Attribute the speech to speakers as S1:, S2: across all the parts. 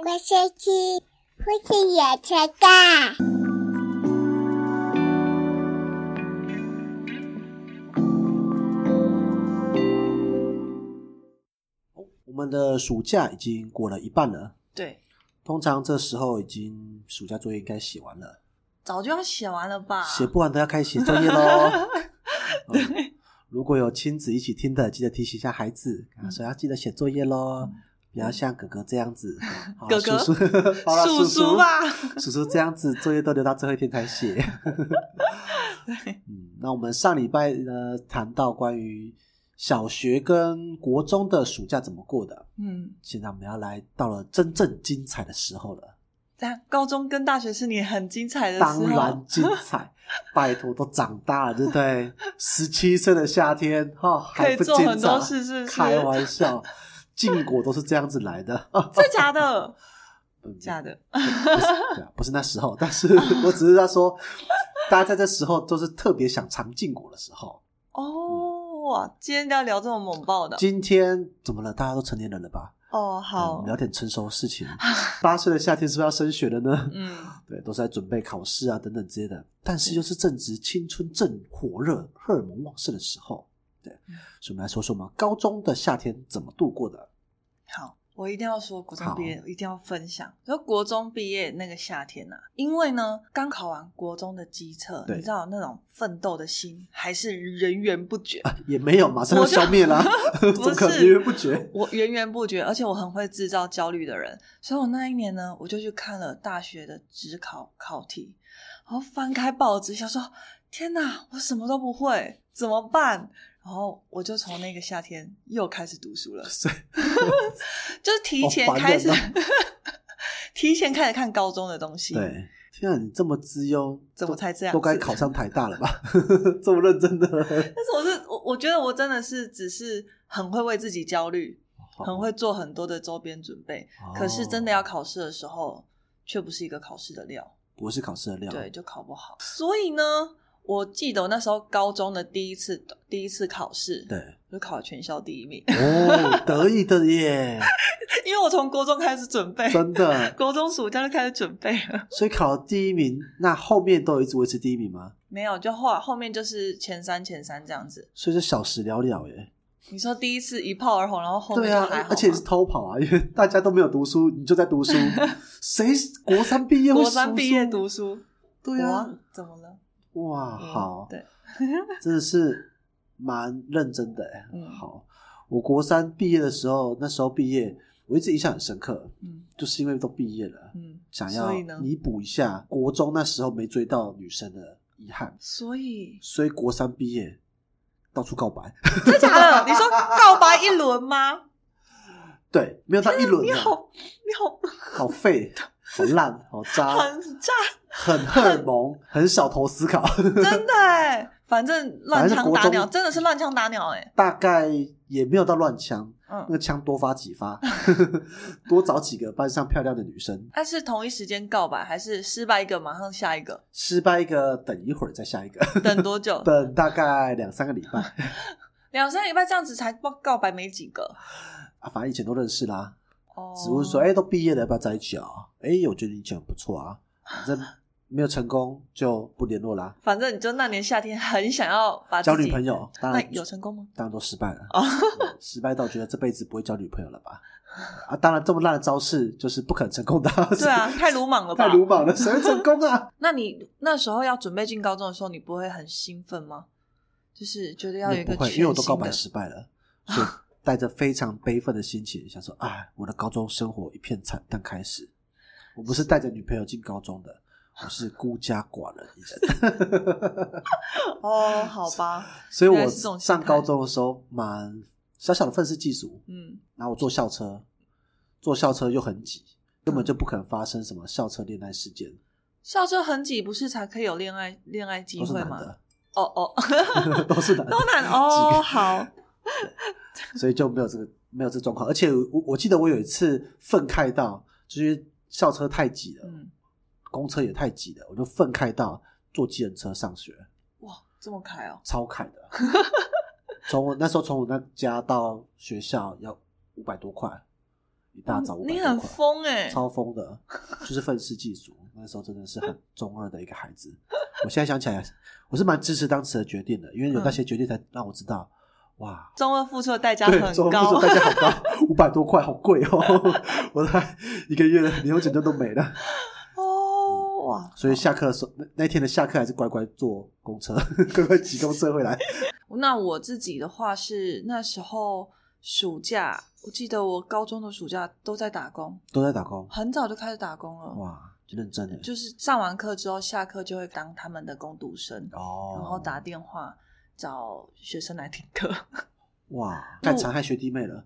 S1: 怪兽机，父亲也吃干。
S2: 我们的暑假已经过了一半了，
S3: 对，
S2: 通常这时候已经暑假作业应该写完了，
S3: 早就要写完了吧？
S2: 写不完的要开始写作业 喽。嗯如果有亲子一起听的，记得提醒一下孩子，
S3: 嗯
S2: 啊说要记得写作业喽，不要像哥哥这样 子，好
S3: 哥哥
S2: 叔叔， 好啦
S3: 叔
S2: 叔
S3: 叔吧，
S2: 叔叔这样子作业都留到最后一天才 写。嗯，那我们上礼拜呢谈到关于小学跟国中的暑假怎么过的，
S3: 嗯，
S2: 现在我们要来到了真正精彩的时候了，
S3: 但高中跟大学是你很精彩的时
S2: 当
S3: 候，
S2: 然精 彩，拜托都长大了，对不对？十七岁的夏天哈、
S3: 可
S2: 还
S3: 以
S2: 不
S3: 做
S2: 精
S3: 很
S2: 彩
S3: 多？事，是不是？
S2: 开玩笑，禁果都是这样子来 的。
S3: 真假的？
S2: 嗯
S3: 假的？
S2: 不是对啊，不是那时候，但 是我只是在说，大家在这时候都是特别想尝禁果的时候。
S3: 哦，哇，今天要聊这么猛爆的
S2: 嗯今天怎么了？大家都成年人了吧？
S3: 哦，
S2: 我
S3: 好
S2: 们，聊点成熟的事 情。八岁的夏天是不是要升学了呢？
S3: 嗯，
S2: 对，都是在准备考试啊等等之类的。但是又是正值青春正火热、荷尔蒙旺盛的时候，对，
S3: 嗯
S2: 所以我们来说说我们高中的夏天怎么度过的。
S3: 好。我一定要说，国中
S2: 好
S3: 毕业我一定要分享。就国中毕业那个夏天呐、啊，因为呢，刚考完国中的机测，
S2: 对
S3: 你知道那种奋斗的心还是源源不绝。
S2: 也没有 马上要
S3: 我就
S2: 消灭啊 啦， 怎
S3: 不
S2: 么可能
S3: 是
S2: 源源不绝？
S3: 我源源不绝，而且我很会制造焦虑的人，所以我那一年呢，我就去看了大学的职考考题，然后翻开报纸，想说：天哪，我什么都不会，怎么办？然后我就从那个夏天又开始读书了，
S2: 所以
S3: 就是提前
S2: 好烦
S3: 开
S2: 人
S3: 始，
S2: 哦
S3: 提前开始看高中的东西。，
S2: 对，天啊，你这么资优，
S3: 怎么
S2: 都
S3: 才这样
S2: 都该
S3: 子
S2: 考上台大了吧？ 这么认真 的，
S3: 但是我是我，我觉得我真的是只是很会为自己焦虑，很会做很多的周边准备，
S2: 哦。
S3: 可是真的要考试的时候，却不是一个考试的料。
S2: 博士考试的料，
S3: 对，，就考不好。所以呢，我记得我那时候高中的第一次第一次考试，
S2: 对，
S3: 我就考了全校第一名，
S2: 哦，得意的耶，
S3: 因为我从国中开始准备，
S2: 真的。
S3: 国中暑假就开始准备了。
S2: 所以考了第一名，那后面都有一直维持第一名吗？
S3: 没有，就后来后面就是前三前三这样子。
S2: 所以是小时了了耶。
S3: 你说第一次一炮而红，然后后面
S2: 对
S3: 就
S2: 啊
S3: 还好嘛、，
S2: 而且是偷跑啊，因为大家都没有读书，你就在读 书。谁国三毕业会
S3: 国三
S2: 读
S3: 毕业
S2: 书
S3: 读书，
S2: 对
S3: 哇
S2: 啊，
S3: 怎么了？
S2: 哇，
S3: 嗯
S2: 好，
S3: 对，
S2: 真的是蛮认真的哎、
S3: 嗯
S2: 好，我国三毕业的时候，那时候毕业，我一直印象很深刻，
S3: 嗯
S2: 就是因为都毕业了，
S3: 嗯，
S2: 想要
S3: 所以呢
S2: 弥补一下国中那时候没追到女生的遗憾，
S3: 所以
S2: 所以国三毕业到处告白。
S3: 真假的？你说告白一轮吗？
S2: 对，没有到一轮、啊，
S3: 你好，你好，
S2: 好 废，好烂，好渣，
S3: 很炸。
S2: 很荷尔蒙，很小头思考。
S3: 真的哎，反正乱枪打
S2: 反正国
S3: 鸟，
S2: 中
S3: 真的是乱枪打鸟 哎。
S2: 大概也没有到乱枪，那
S3: 嗯，
S2: 个枪多发几发， 多找几个班上漂亮的女生，
S3: 他是同一时间告白，还是失败一个马上下一 个？
S2: 失败一个，等一会儿再下一个，？
S3: 等多久
S2: 等大概两三个礼拜
S3: 两三个礼拜这样子才告告白没几个
S2: 啊，反正以前都认识啦，
S3: 哦。
S2: 只会说哎、都毕业了，要不要在一起啊？哎、我觉得你以前很不错啊，反正没有成功就不联络啦。
S3: 反正你就那年夏天很想要把自
S2: 交
S3: 己
S2: 女朋，友当
S3: 那
S2: 然
S3: 有成功吗？
S2: 当然都失败了，
S3: 哦，
S2: 嗯失败到觉得这辈子不会交女朋友了吧？啊，当然这么烂的招式就是不可能成功的，
S3: 对啊，太鲁莽了吧
S2: 太？鲁莽了，谁会成功啊？
S3: 那你那时候要准备进高中的时候，你不会很兴奋吗？就是觉得 要有一
S2: 不
S3: 个
S2: 会，
S3: 全
S2: 因为我都
S3: 新
S2: 告白
S3: 的
S2: 失败了，所以带着非常悲愤的心情，想说：哎，我的高中生活一片惨淡开始。我不是带着女朋友进高中 的，我是孤家寡人一 人。
S3: 哦，好吧，
S2: 所以
S3: 原
S2: 我
S3: 来是这种心
S2: 上
S3: 态
S2: 高中的时候蛮小小的愤世嫉俗，
S3: 嗯，
S2: 然后我坐校车，坐校车又很挤，根本就不可能发生什么校车恋爱事件，
S3: 校车很挤，不是才可以有恋爱恋爱机
S2: 都是
S3: 会
S2: 男
S3: 吗？
S2: 的，
S3: 哦 哦，
S2: 都是男的，
S3: 都 难
S2: 几
S3: 哦，
S2: 个
S3: 好，
S2: 所以就没有这个没有这状况。而且我我记得我有一次愤慨到，就是校车太挤了，
S3: 嗯，
S2: 公车也太挤了，我就愤慨到坐计程车上学，
S3: 哇，这么开哦，
S2: 超凯 的。从我那时候从我那家到学校要五百多块，一大早五百
S3: 你
S2: 多
S3: 很
S2: 块。
S3: 疯哎、
S2: 超疯的，就是愤世嫉俗。那时候真的是很中二的一个孩子。我现在想起来，我是蛮支持当时的决定的，因为有
S3: 嗯
S2: 那些决定才让我知道，哇，
S3: 中二付出的代价
S2: 对，
S3: 很
S2: 中
S3: 高
S2: 付，代价好高，五百多块，好贵哦！ 我才一个月零用钱就都没了，
S3: 哦哇！
S2: 所以下课的时候，那那天的下课还是乖乖坐公车，乖乖挤公车回来。
S3: 那我自己的话是那时候暑假，我记得我高中的暑假都在打工，
S2: 都在打工，
S3: 很早就开始打工了。
S2: 哇，认真欸的
S3: 就是上完课之后，下课就会当他们的工读生，
S2: 哦，
S3: 然后打电话找学生来听课。
S2: 哇，干残害学弟妹了，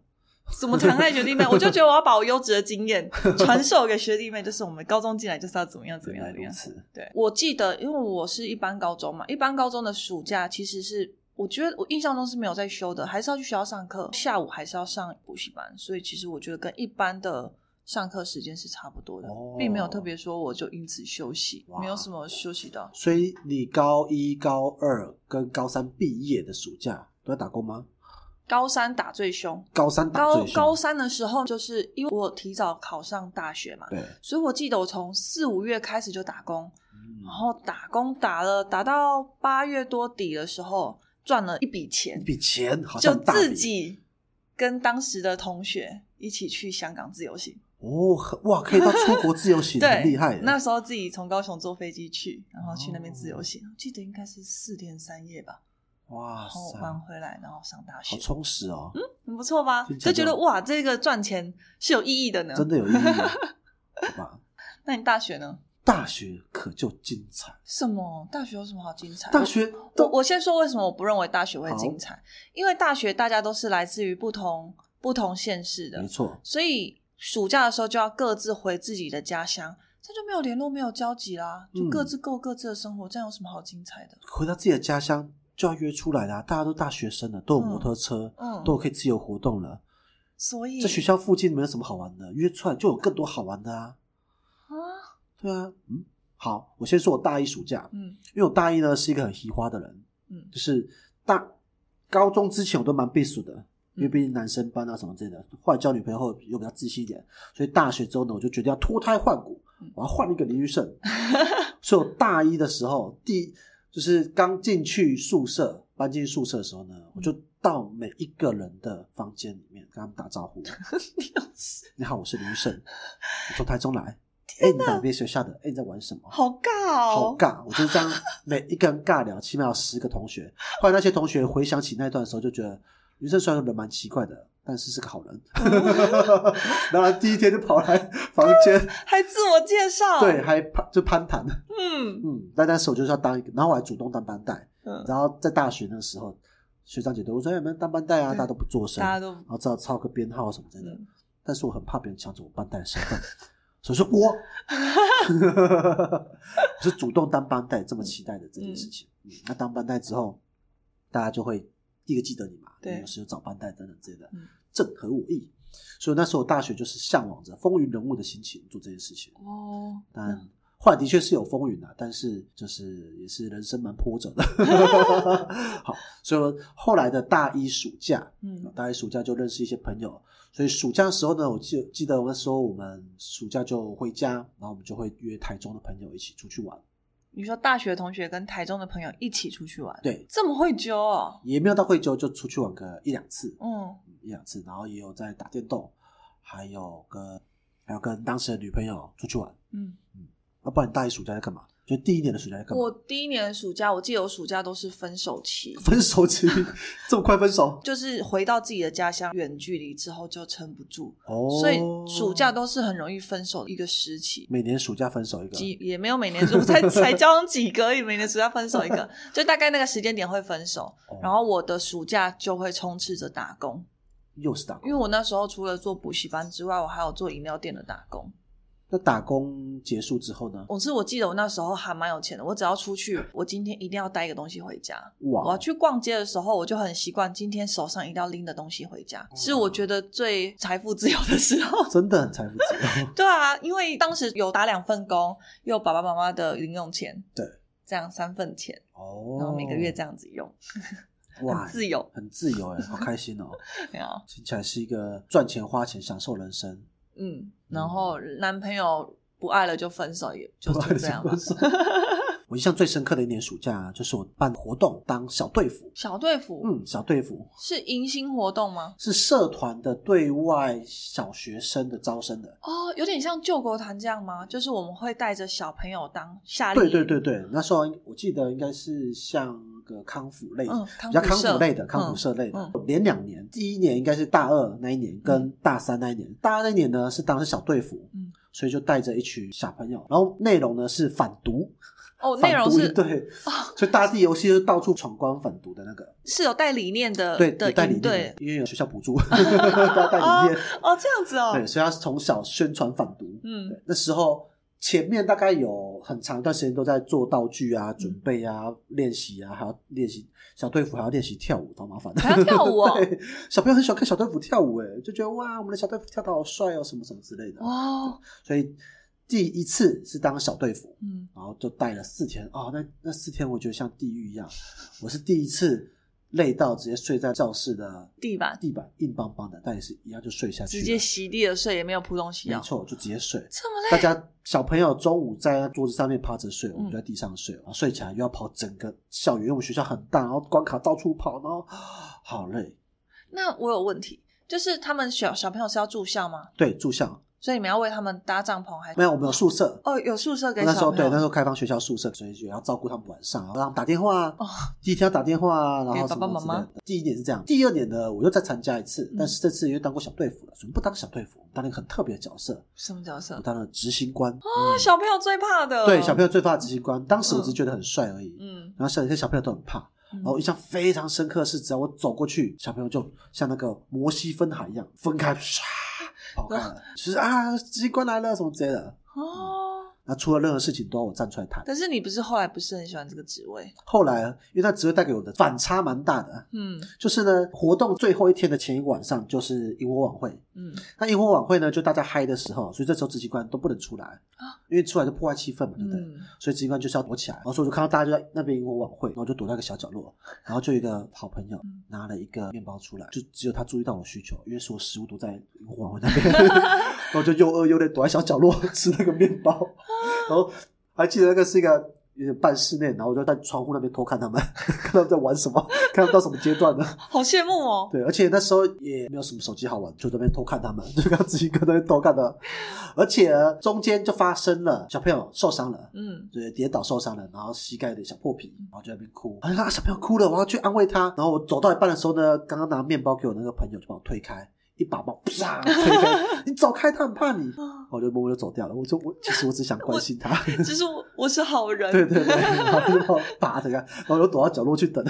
S3: 怎么残害学弟妹？ 我就觉得我要把我优质的经验 传授给学弟妹，就是我们高中进来就是要怎么样怎么
S2: 原
S3: 样
S2: 来
S3: 怎么
S2: 如
S3: 样。
S2: 此，
S3: 对，我记得，因为我是一般高中嘛，一般高中的暑假其实是，我觉得我印象中是没有在休的，还是要去学校上课，下午还是要上补习班，所以其实我觉得跟一般的上课时间是差不多的，
S2: 哦
S3: 并没有特别说我就因此休息，
S2: 哇
S3: 没有什么休息到。
S2: 所以你高一、高二跟高三毕业的暑假都在打工吗？
S3: 高三打最凶，
S2: 高三打
S3: 高
S2: 最凶
S3: 高三的时候，就是因为我提早考上大学嘛，
S2: 对，
S3: 所以我记得我从四五月开始就打工，
S2: 嗯
S3: 然后打工打了打到八月多底的时候，赚了一笔钱
S2: 一，笔钱好
S3: 就
S2: 像大笔
S3: 自己跟当时的同学一起去香港自由行。
S2: 哦，很哇，可以到出国自由行，
S3: 对，
S2: 很厉害耶。
S3: 那时候自己从高雄坐飞机去，然后去那边
S2: 哦
S3: 自由行，我记得应该是四天三夜吧，
S2: 哇
S3: 然后
S2: 塞，
S3: 玩回来，然后上大学
S2: 好，充实哦，
S3: 很不错吧？
S2: 听起
S3: 就
S2: 来就
S3: 觉得哇，这个赚钱是有意义的呢。
S2: 真的有意义啊。好吧，
S3: 那你大学呢？
S2: 大学可就精彩，
S3: 什么？大学有什么好精彩？
S2: 大学
S3: 我
S2: 都
S3: 我先说为什么我不认为大学会
S2: 好
S3: 精彩，因为大学大家都是来自于不同不同县市的
S2: 没，错，
S3: 所以暑假的时候就要各自回自己的家乡，这就没有联络，没有交集啦，就
S2: 嗯
S3: 各自过各自的生活，这样有什么好精彩的？
S2: 回到自己的家乡就要约出来啦，大家都大学生了，都有摩托车，
S3: 嗯，
S2: 都有可以自由活动了。
S3: 所以
S2: 在学校附近没有什么好玩的，约出来就有更多好玩的啊。
S3: 啊，
S2: 对啊，嗯，好，我先说我大一暑假，
S3: 嗯
S2: 因为我大一呢是一个很奇花的人，
S3: 嗯
S2: 就是大高中之前我都蛮避暑的，因为毕竟男生班啊什么之类的。后来交女朋友后又比较自信一点，所以大学之后呢，我就决定要脱胎换骨
S3: 嗯，
S2: 我要换一个淋浴胜。所以我大一的时候，第一就是刚进去宿舍，搬进去宿舍的时候呢，我就到每一个人的房间里面跟他们打招呼。
S3: 你有事
S2: 你好，我是林胜，我从台中来。哎、你哪边学校的？哎、你在玩什么？
S3: 好尬
S2: 好，
S3: 哦，
S2: 尬，我就是这样，每一个人尬聊，起码有十个同学。后来那些同学回想起那段的时候，就觉得女生虽然人蛮奇怪的，但是是个好人。
S3: 哦
S2: 然后第一天就跑来房间，
S3: 还自我介绍，
S2: 对，，还攀就攀谈，
S3: 嗯
S2: 嗯，但那时候我就是要当一个，然后我还主动当班带。
S3: 嗯，
S2: 然后在大学那时候，学长姐都我说哎有没有当班带啊，
S3: 对
S2: 大家都不做声，
S3: 大家
S2: 然
S3: 都
S2: 后只好抄个编号什么之类的。
S3: 嗯
S2: 但是我很怕别人抢走我班带的身份， 所以说我， 我是主动当班带这么期待的这件事情。嗯，那当班带之后，大家就会第一个记得你嘛，
S3: 对
S2: 你有时候找班带等等之类的
S3: 嗯，
S2: 正合我意。所以那时候我大学就是向往着风云人物的心情做这件事情，
S3: 哦，
S2: 但后来的确是有风云啊，但是就是也是人生蛮波 折的。 好，所以后来的大一暑假，
S3: 嗯
S2: 大一暑假就认识一些朋友，所以暑假的时候呢，我记记得我那时候我们暑假就回家，然后我们就会约台中的朋友一起出去玩，
S3: 你说大学同学跟台中的朋友一起出去玩，
S2: 对，
S3: 这么会揪哦，
S2: 也没有到惠州，就出去玩个一两次，
S3: 嗯
S2: 嗯一两次，然后也有在打电动，还有跟还有跟当时的女朋友出去玩。
S3: 嗯。
S2: 要、不然你大一暑假在干嘛？就第一年的暑假在干嘛？
S3: 我第一年暑假，我记得我暑假都是分手期，
S2: 分手期 这么快分手
S3: 就是回到自己的家乡，远距离之后就撑不住，
S2: 哦，
S3: 所以暑假都是很容易分手的一个时期。
S2: 每年暑假分手一个，
S3: 几也没有每年，我才 才交往几个而已，每年暑假分手一个，就大概那个时间点会分手。
S2: 哦
S3: 然后我的暑假就会充斥着打工，
S2: 又是打工，
S3: 因为我那时候除了做补习班之外，我还有做饮料店的打工。
S2: 那打工结束之后呢？
S3: 我是我记得我那时候还蛮有钱的，我只要出去，我今天一定要带一个东西回家，我
S2: 哇
S3: 要，去逛街的时候，我就很习惯今天手上一定要拎的东西回家，是
S2: 嗯
S3: 我觉得最财富自由的时候。 。
S2: 真的很财富自由
S3: 对啊，因为当时有打两份工，又有爸爸妈妈的零用钱，
S2: 对，
S3: 这样三份钱，
S2: 哦，
S3: 然后每个月这样子用，
S2: 哇，
S3: 很自由。
S2: 欸 很自由哎，好开心哦！
S3: 对啊，
S2: 听起来是一个赚钱花钱享受人生，
S3: 嗯，然后男朋友不爱了就分手，也就
S2: 不好
S3: 是
S2: 意思
S3: 这 样吧啊
S2: 分。手我印象最深刻的一年暑假、啊，就是我办活动当小队服，
S3: 小队服、
S2: 嗯，小队服
S3: 是迎新活动吗？
S2: 是社团的对外小学生的招生的。
S3: 哦，有点像救国团这样吗？就是我们会带着小朋友当夏令
S2: 对
S3: 营，
S2: 对对对，那时候我记得应该是像个康复类，
S3: 嗯，
S2: 比
S3: 康
S2: 较
S3: 复
S2: 康复
S3: 社
S2: 类的康复
S3: 嗯
S2: 社类的，
S3: 嗯
S2: 连两年。第一年应该是大二那一年跟大三那一年，大二那一年呢是当时小队服，
S3: 嗯
S2: 所以就带着一群小朋友，然后内容呢是反毒，
S3: 哦，内
S2: 反
S3: 容
S2: 毒
S3: 是
S2: 营对，
S3: 啊、
S2: 所以大地游戏就是到处闯关反毒的那个，
S3: 是有带理念的，
S2: 对，
S3: 的
S2: 有带
S3: 营
S2: 理念
S3: 队，
S2: 因为有学校补 助， 都要带理念，
S3: 哦，这样子哦，
S2: 对，所以他是从小宣传反毒，
S3: 嗯
S2: 对，那时候前面大概有很长一段时间都在做道具啊、准备啊、练习啊，还要练习小队服，还要练习跳舞，好麻烦。
S3: 还要跳舞哦
S2: 对，小朋友很喜欢看小队服跳舞，哎，就觉得哇，我们的小队服跳的好帅哦，什么什么之类的。
S3: 哦，
S2: 所以第一次是当小队服，
S3: 嗯，
S2: 然后就带了四天哦，那那四天我觉得像地狱一样，我是第一次累到直接睡在教室的
S3: 地板
S2: 地板硬邦邦的，但也是一样就睡下去
S3: 直
S2: 了，
S3: 接席地而睡，也没有铺东西
S2: 没
S3: 哦，
S2: 错，就直接睡。
S3: 这么 累，
S2: 大家小朋友中午在桌子上面趴着睡，我们
S3: 嗯
S2: 就在地上睡，然后睡起来又要跑整个校园，因为我们学校很大，然后关卡到处跑，然后 啊好累。
S3: 那我有问题，就是他们小小朋友是要住校吗？
S2: 对，住校
S3: 所以你们要为他们搭帐篷还是
S2: 没有，我们有宿舍。
S3: 哦，有宿舍给
S2: 那时
S3: 小
S2: 候
S3: 朋友。
S2: 对，那时候开放学校宿舍，所以也要照顾他们晚上，然后让他们打电话，
S3: 哦
S2: 第一天要打电话，然后
S3: 给
S2: 什
S3: 爸
S2: 么
S3: 爸
S2: 之类的。
S3: 妈妈
S2: 第一年是这样，第二年呢，我又再参加一次，
S3: 嗯
S2: 但是这次因为当过小队服了，所以不当小队服，我当了一个很特别的角色，
S3: 什么角
S2: 我
S3: 色？
S2: 当了执行官。哦
S3: 哦，小朋友最怕的。
S2: 嗯对，小朋友最怕的执行官。当时我只是觉得很帅而已，
S3: 嗯，
S2: 然后像有些小朋友都很怕。
S3: 嗯，
S2: 然后印象非常深刻的是，只要我走过去，小朋友就像那个摩西分海一样分开，唰跑开了，就是啊，执行官来了什么之类的。
S3: 哦，
S2: 那出了任何事情都要我站出来谈。
S3: 但是你不是后来不是很喜欢这个职位？
S2: 后来，啊因为那职位带给我的反差蛮大的，啊
S3: 嗯
S2: 就是呢，活动最后一天的前一个晚上就是萤火晚会。
S3: 嗯，
S2: 那萤火晚会呢，就大家嗨的时候，所以这时候执行官都不能出来，因为出来就破坏气氛嘛，对不对？
S3: 嗯
S2: 所以执行官就是要躲起来。然后所以我就看到大家就在那边萤火晚会，然后我就躲到一个小角落，然后就有一个好朋友
S3: 嗯
S2: 拿了一个面包出来，就只有他注意到我需求，因为所有食物都在萤火晚会那边，然后我就又饿又累躲在小角落 吃那个面包，然后还记得那个是一个。有点半室内，然后我就在窗户那边偷看他们， 看他们在玩什么，看他们到什么阶段呢？
S3: 好羡慕哦。
S2: 对，而且那时候也没有什么手机好玩，就在那边偷看他们，就刚自己跟那边偷看的，而且呢中间就发生了小朋友受伤了。
S3: 嗯，
S2: 对，跌倒受伤了，然后膝盖有点小破皮，然后就在那边哭。哎呀，小朋友哭了，我要去安慰他。然后我走到一半的时候呢，刚刚拿面包给我那个朋友就把我推开，一把把我 啪推开，你走开，他很怕你。
S3: 啊
S2: 我就默默就走掉了。我说我其实我只想关心他，
S3: 就是我我是好人。
S2: 对对对，然后就把我拔着，然后我就躲到角落去等，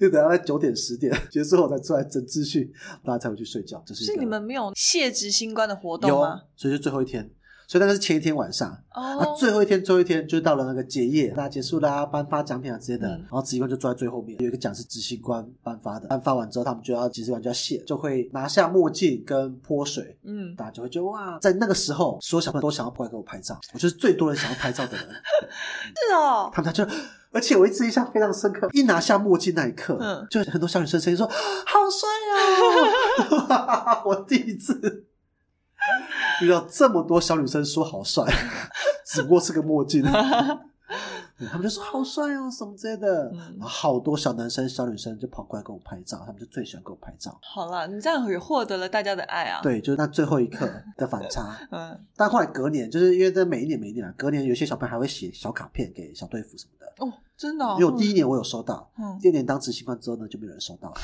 S2: 就等到在九点十点结束后才出来整秩序，大家才回去睡觉。这是一
S3: 是
S2: 个
S3: 你们没有谢执新官的活动
S2: 有
S3: 吗？，
S2: 所以就最后一天，所以那个是前一天晚上。啊，
S3: 哦，
S2: 最后一天，最后一天就到了那个结业，大家结束啦，颁发奖品啊之类的。
S3: 嗯
S2: 然后执行官就坐在最后面，有一个奖是执行官颁发的，颁发完之后，他们就要执行官就要谢，就会拿下墨镜跟泼水，
S3: 嗯，
S2: 大家就会觉得哇，在那个时候，所有小朋友都想要过来给我拍照，我就是最多人想要拍照的人。
S3: 是哦，
S2: 他们就，而且我一直印象非常深刻，一拿下墨镜那一刻，
S3: 嗯
S2: 就很多小女生声音说啊好帅哦， 我第一次遇到这么多小女生说好 帅，只不过是个墨镜。嗯他们就说好帅哦，什么之类的，
S3: 嗯
S2: 然后好多小男生、小女生就跑过来跟我拍照，他们就最喜欢跟我拍照。
S3: 好啦，你这样也获得了大家的爱啊。，
S2: 对，就是那最后一刻的反差。
S3: 嗯，
S2: 但后来隔年，就是因为这每一年每一年啊，隔年有些小朋友还会写小卡片给小队服什么的，
S3: 哦，真的哦，
S2: 因为我第一年我有收到，
S3: 嗯，
S2: 第二年当执行官之后呢，就没有人收到了，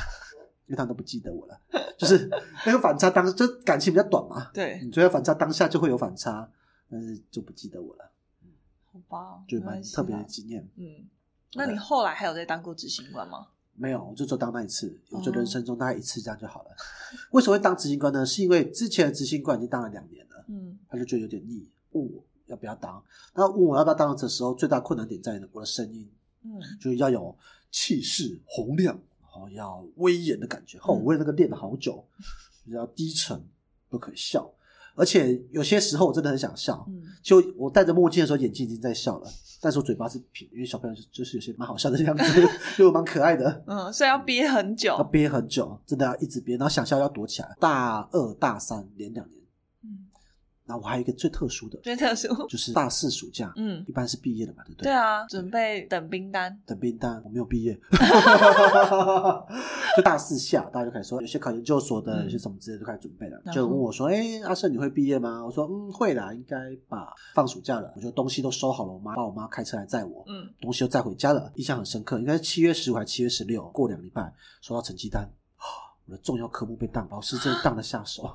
S2: 因为他们都不记得我了。就是那个反差当，就感情比较短嘛，
S3: 对，
S2: 你觉得反差当下就会有反差，但是就不记得我了，
S3: 好吧，
S2: 就
S3: 没
S2: 蛮
S3: 关系
S2: 特别
S3: 啦
S2: 的经验。
S3: 嗯，那你后来还有在当过执行官吗？
S2: 没有，我就只有当那一次，我觉
S3: 哦
S2: 得人生中大概一次这样就好了。为什么会当执行官呢？是因为之前的执行官已经当了两年了，
S3: 嗯，
S2: 他就觉得有点腻，问我要不要当。那问我要不要当的时候，最大困难点在于我的声音
S3: 嗯，
S2: 就是要有气势洪亮，然后要威严的感觉。
S3: 嗯
S2: 哦，我为了那个练了好久，就是要低沉，不可笑。而且有些时候我真的很想笑，
S3: 嗯，
S2: 就我戴着墨镜的时候眼睛已经在笑了，但是我嘴巴是平，因为小朋友就就是有些蛮好笑的样子， 因为我蛮可爱的。
S3: 嗯，所以要憋很
S2: 要
S3: 久。
S2: 憋很久，真的要一直憋，然后想笑要躲起来。大二、大三连两年，
S3: 嗯，
S2: 那我还有一个最特殊的，
S3: 最特殊，
S2: 就是大四暑假，
S3: 嗯，
S2: 一般是毕业了嘛，对不
S3: 对啊，准备等冰单，
S2: 等兵单，我没有毕业， 就大四下，大家就开始说，有些考研究所的，
S3: 嗯
S2: 有些什么之类的就开始准备了，
S3: 然后
S2: 就问我说，哎、阿胜你会毕业吗？我说，嗯，会啦，应该吧，放暑假了，我就东西都收好了，我妈把我妈开车来载我，
S3: 嗯，
S2: 东西都载回家了，印象很深刻，应该是七月十五还是七月十六，过两礼拜收到成绩单。 我的重要科目被当，老师真的当得下 手，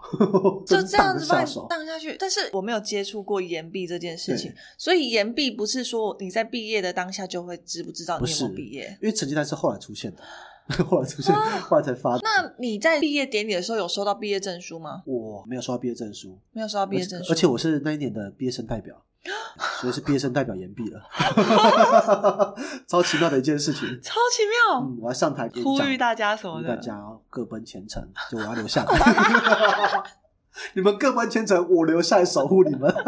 S3: 就
S2: 真
S3: 这
S2: 当
S3: 样
S2: 得
S3: 子把
S2: 下
S3: 你
S2: 手。
S3: 荡下去。但是我没有接触过延毕这件事情，所以延毕不是说你在毕业的当下就会知不知道
S2: 不
S3: 你有没有
S2: 是
S3: 毕业。
S2: 因为成绩单是后来出现的， 后来出现，后来才发的。
S3: 啊那你在毕业典礼的时候有收到毕业证书吗？
S2: 我没有收到毕业证书，
S3: 没有收到毕业证
S2: 而
S3: 书，
S2: 且而且我是那一年的毕业生代表，所以是毕业生代表延毕 了， 超奇妙的一件事情。
S3: 超奇妙，
S2: 嗯，我要上台演讲
S3: 呼吁大家什
S2: 呼
S3: 么
S2: 吁大
S3: 的，
S2: 家哦各奔前程，就我要留下 来。你们各奔前程，我留下来守护你们。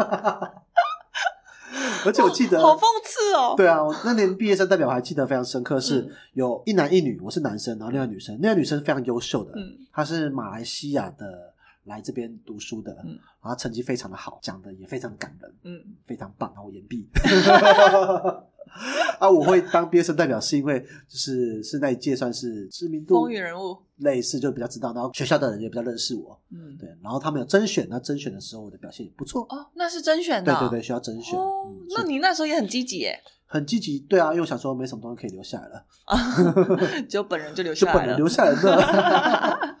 S2: 而且我记得，
S3: 好讽刺哦。
S2: 对啊，我那年毕业生代表我还记得非常深刻，是
S3: 嗯
S2: 有一男一女，我是男生，然后另外一个女生，那个女生非常优秀的，
S3: 嗯
S2: 她是马来西亚的来这边读书的，
S3: 嗯
S2: 然后成绩非常的好，讲的也非常感人，
S3: 嗯，
S2: 非常棒，然后我言毕。 啊，我会当毕业生代表是因为就是是那一届算是知名度
S3: 风云人物，
S2: 类似就比较知道，然后学校的人也比较认识我，
S3: 嗯，
S2: 对，然后他们有甄选，那甄选的时候我的表现也不错，
S3: 哦，那是甄选的
S2: 对
S3: 啊，
S2: 对对，需要甄选，
S3: 哦
S2: 嗯，
S3: 那
S2: 是
S3: 你那时候也很积 极耶，
S2: 很积极，对啊，因为我想说没什么东西可以留下来了。
S3: 就本人就留
S2: 就
S3: 下来
S2: 本人
S3: 了，
S2: 留下来 的。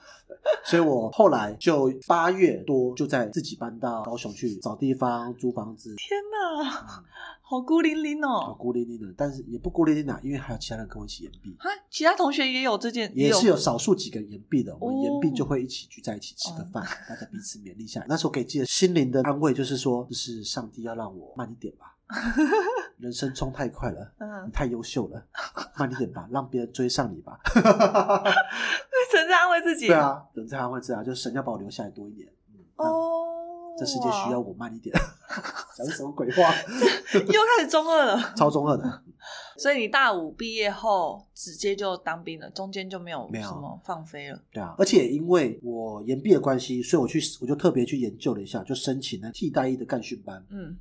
S2: 所以我后来就八月多就在自己搬到高雄去找地方租房子，
S3: 天哪，
S2: 嗯
S3: 好孤零零
S2: 好
S3: 哦。
S2: 孤零零的，但是也不孤零零啦，因为还有其他人跟我一起延毕，
S3: 哈，其他同学也有这件，
S2: 也是有少数几个延毕的，我们
S3: 哦啊
S2: 延毕就会一起聚在一起吃个饭，大家彼此勉励一下。那时候给自己的心灵的安慰就是说，就是上帝要让我慢一点 吧，人生冲太快了。你
S3: 嗯，
S2: 太优秀 了，慢一点吧，让别人追上你吧。
S3: 曾在安慰自己，
S2: 对，啊，人才安慰自啊，就是神要把我留下来多一点。嗯，哦，
S3: 哦，
S2: 这世界需要
S3: 哇，
S2: 我慢一 点。讲什么鬼话？
S3: 又开始中二了。
S2: 超中二的，
S3: 所以你大五毕业后直接就当兵了，中间就没有
S2: 没有
S3: 什么放飞了。
S2: 对啊。而且也因为我延毕的关系，所以我去我就特别去研究了一下，就申请了替代役的干训班。
S3: 嗯，
S2: 嗯，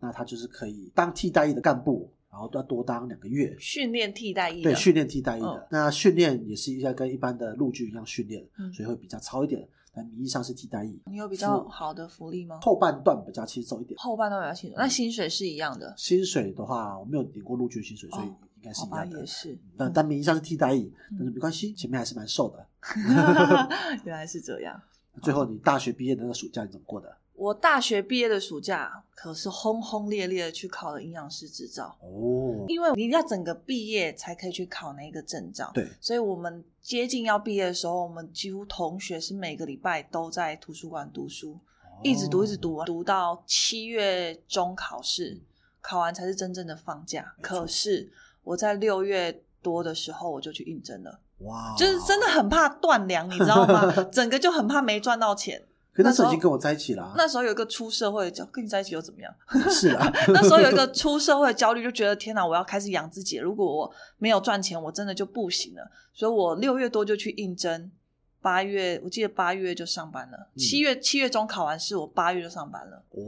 S2: 那他就是可以当替代役的干部，然后要多当两个月。
S3: 训练替代役的，
S2: 对，训练替代役的、
S3: 嗯
S2: 那训练也是要跟一般的陆军一样训练，
S3: 嗯
S2: 所以会比较糙一点，但名义上是替代役。
S3: 你有比较好的福利吗？
S2: 后半段比较轻松一点，
S3: 后半段比较清楚，那薪水是一样的，
S2: 薪水的话，我没有领过陆军薪水，所以
S3: 哦
S2: 应该是
S3: 好
S2: 一
S3: 吧，
S2: 样的。
S3: 也是。
S2: 但
S3: 嗯
S2: 但名义上是替代役，
S3: 嗯
S2: 但是没关系，前面还是蛮瘦的。
S3: 原来是这样。
S2: 最后你大学毕业的那个暑假你怎么过的？
S3: 我大学毕业的暑假可是轰轰烈烈的去考了营养师执照，
S2: 哦，
S3: 因为你要整个毕业才可以去考那个证照。
S2: 对，
S3: 所以我们接近要毕业的时候，我们几乎同学是每个礼拜都在图书馆读书，一直读一直
S2: 哦。嗯
S3: 读，读到七月中考试，考完才是真正的放假。
S2: 没错
S3: 可是我在六月多的时候我就去应征了，
S2: 哇，
S3: 就是真的。很怕断粮，你知道 吗？整个就很怕没赚到钱。
S2: 可那时候已经跟我在一起了啊，
S3: 那时候有一个出社会的焦，跟你在一起又怎么样？
S2: 是啦。
S3: 那时候有 一个出社会的焦虑，就觉得天哪，我要开始养自己了。如果我没有赚钱，我真的就不行了。所以我六月多就去应征，八月我记得八月就上班了，
S2: 嗯
S3: 七月七月中考完试，我八月就上班了，
S2: 哦，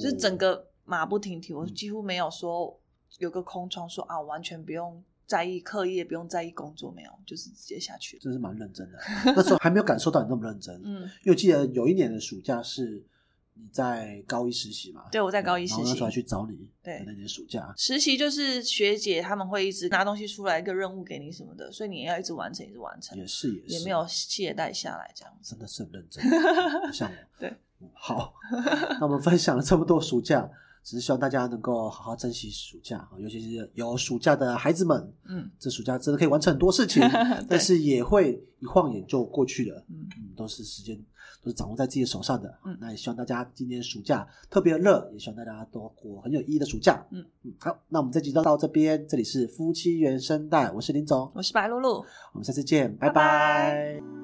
S3: 就是整个马不停蹄，我
S2: 嗯
S3: 几乎没有说有个空窗说啊，完全不用在意课业，不用在意工作，没有，就是直接下去了。
S2: 真是蛮认真的。那时候还没有感受到你那么认真，因
S3: 嗯，
S2: 为我记得有一年的暑假是你在高一实习嘛？
S3: 对我在高一实
S2: 嗯
S3: 习
S2: 然后那时候还去找你，
S3: 对
S2: 那年暑假。
S3: 实习就是学姐他们会一直拿东西出来，一个任务给你什么的，所以你也要一直完成，一直完成。
S2: 也是也是，
S3: 也没有懈怠下来这样子。
S2: 真的是很认真， 不像我。
S3: 对
S2: 嗯，好， 那我们分享了这么多暑假，只是希望大家能够好好珍惜暑假，啊尤其是有暑假的孩子们，
S3: 嗯
S2: 这暑假真的可以完成很多事情
S3: 对，
S2: 但是也会一晃眼就过去了。
S3: 嗯，
S2: 嗯，都是时间都是掌握在自己手上的。
S3: 嗯
S2: 那也希望大家今年暑假特别热，也希望大家都过很有意义的暑假。
S3: 嗯
S2: 嗯，好，那我们这集就到这边，这里是夫妻原声带，我是林总，
S3: 我是白露露。
S2: 我们下次见，拜
S3: 拜
S2: 拜
S3: 拜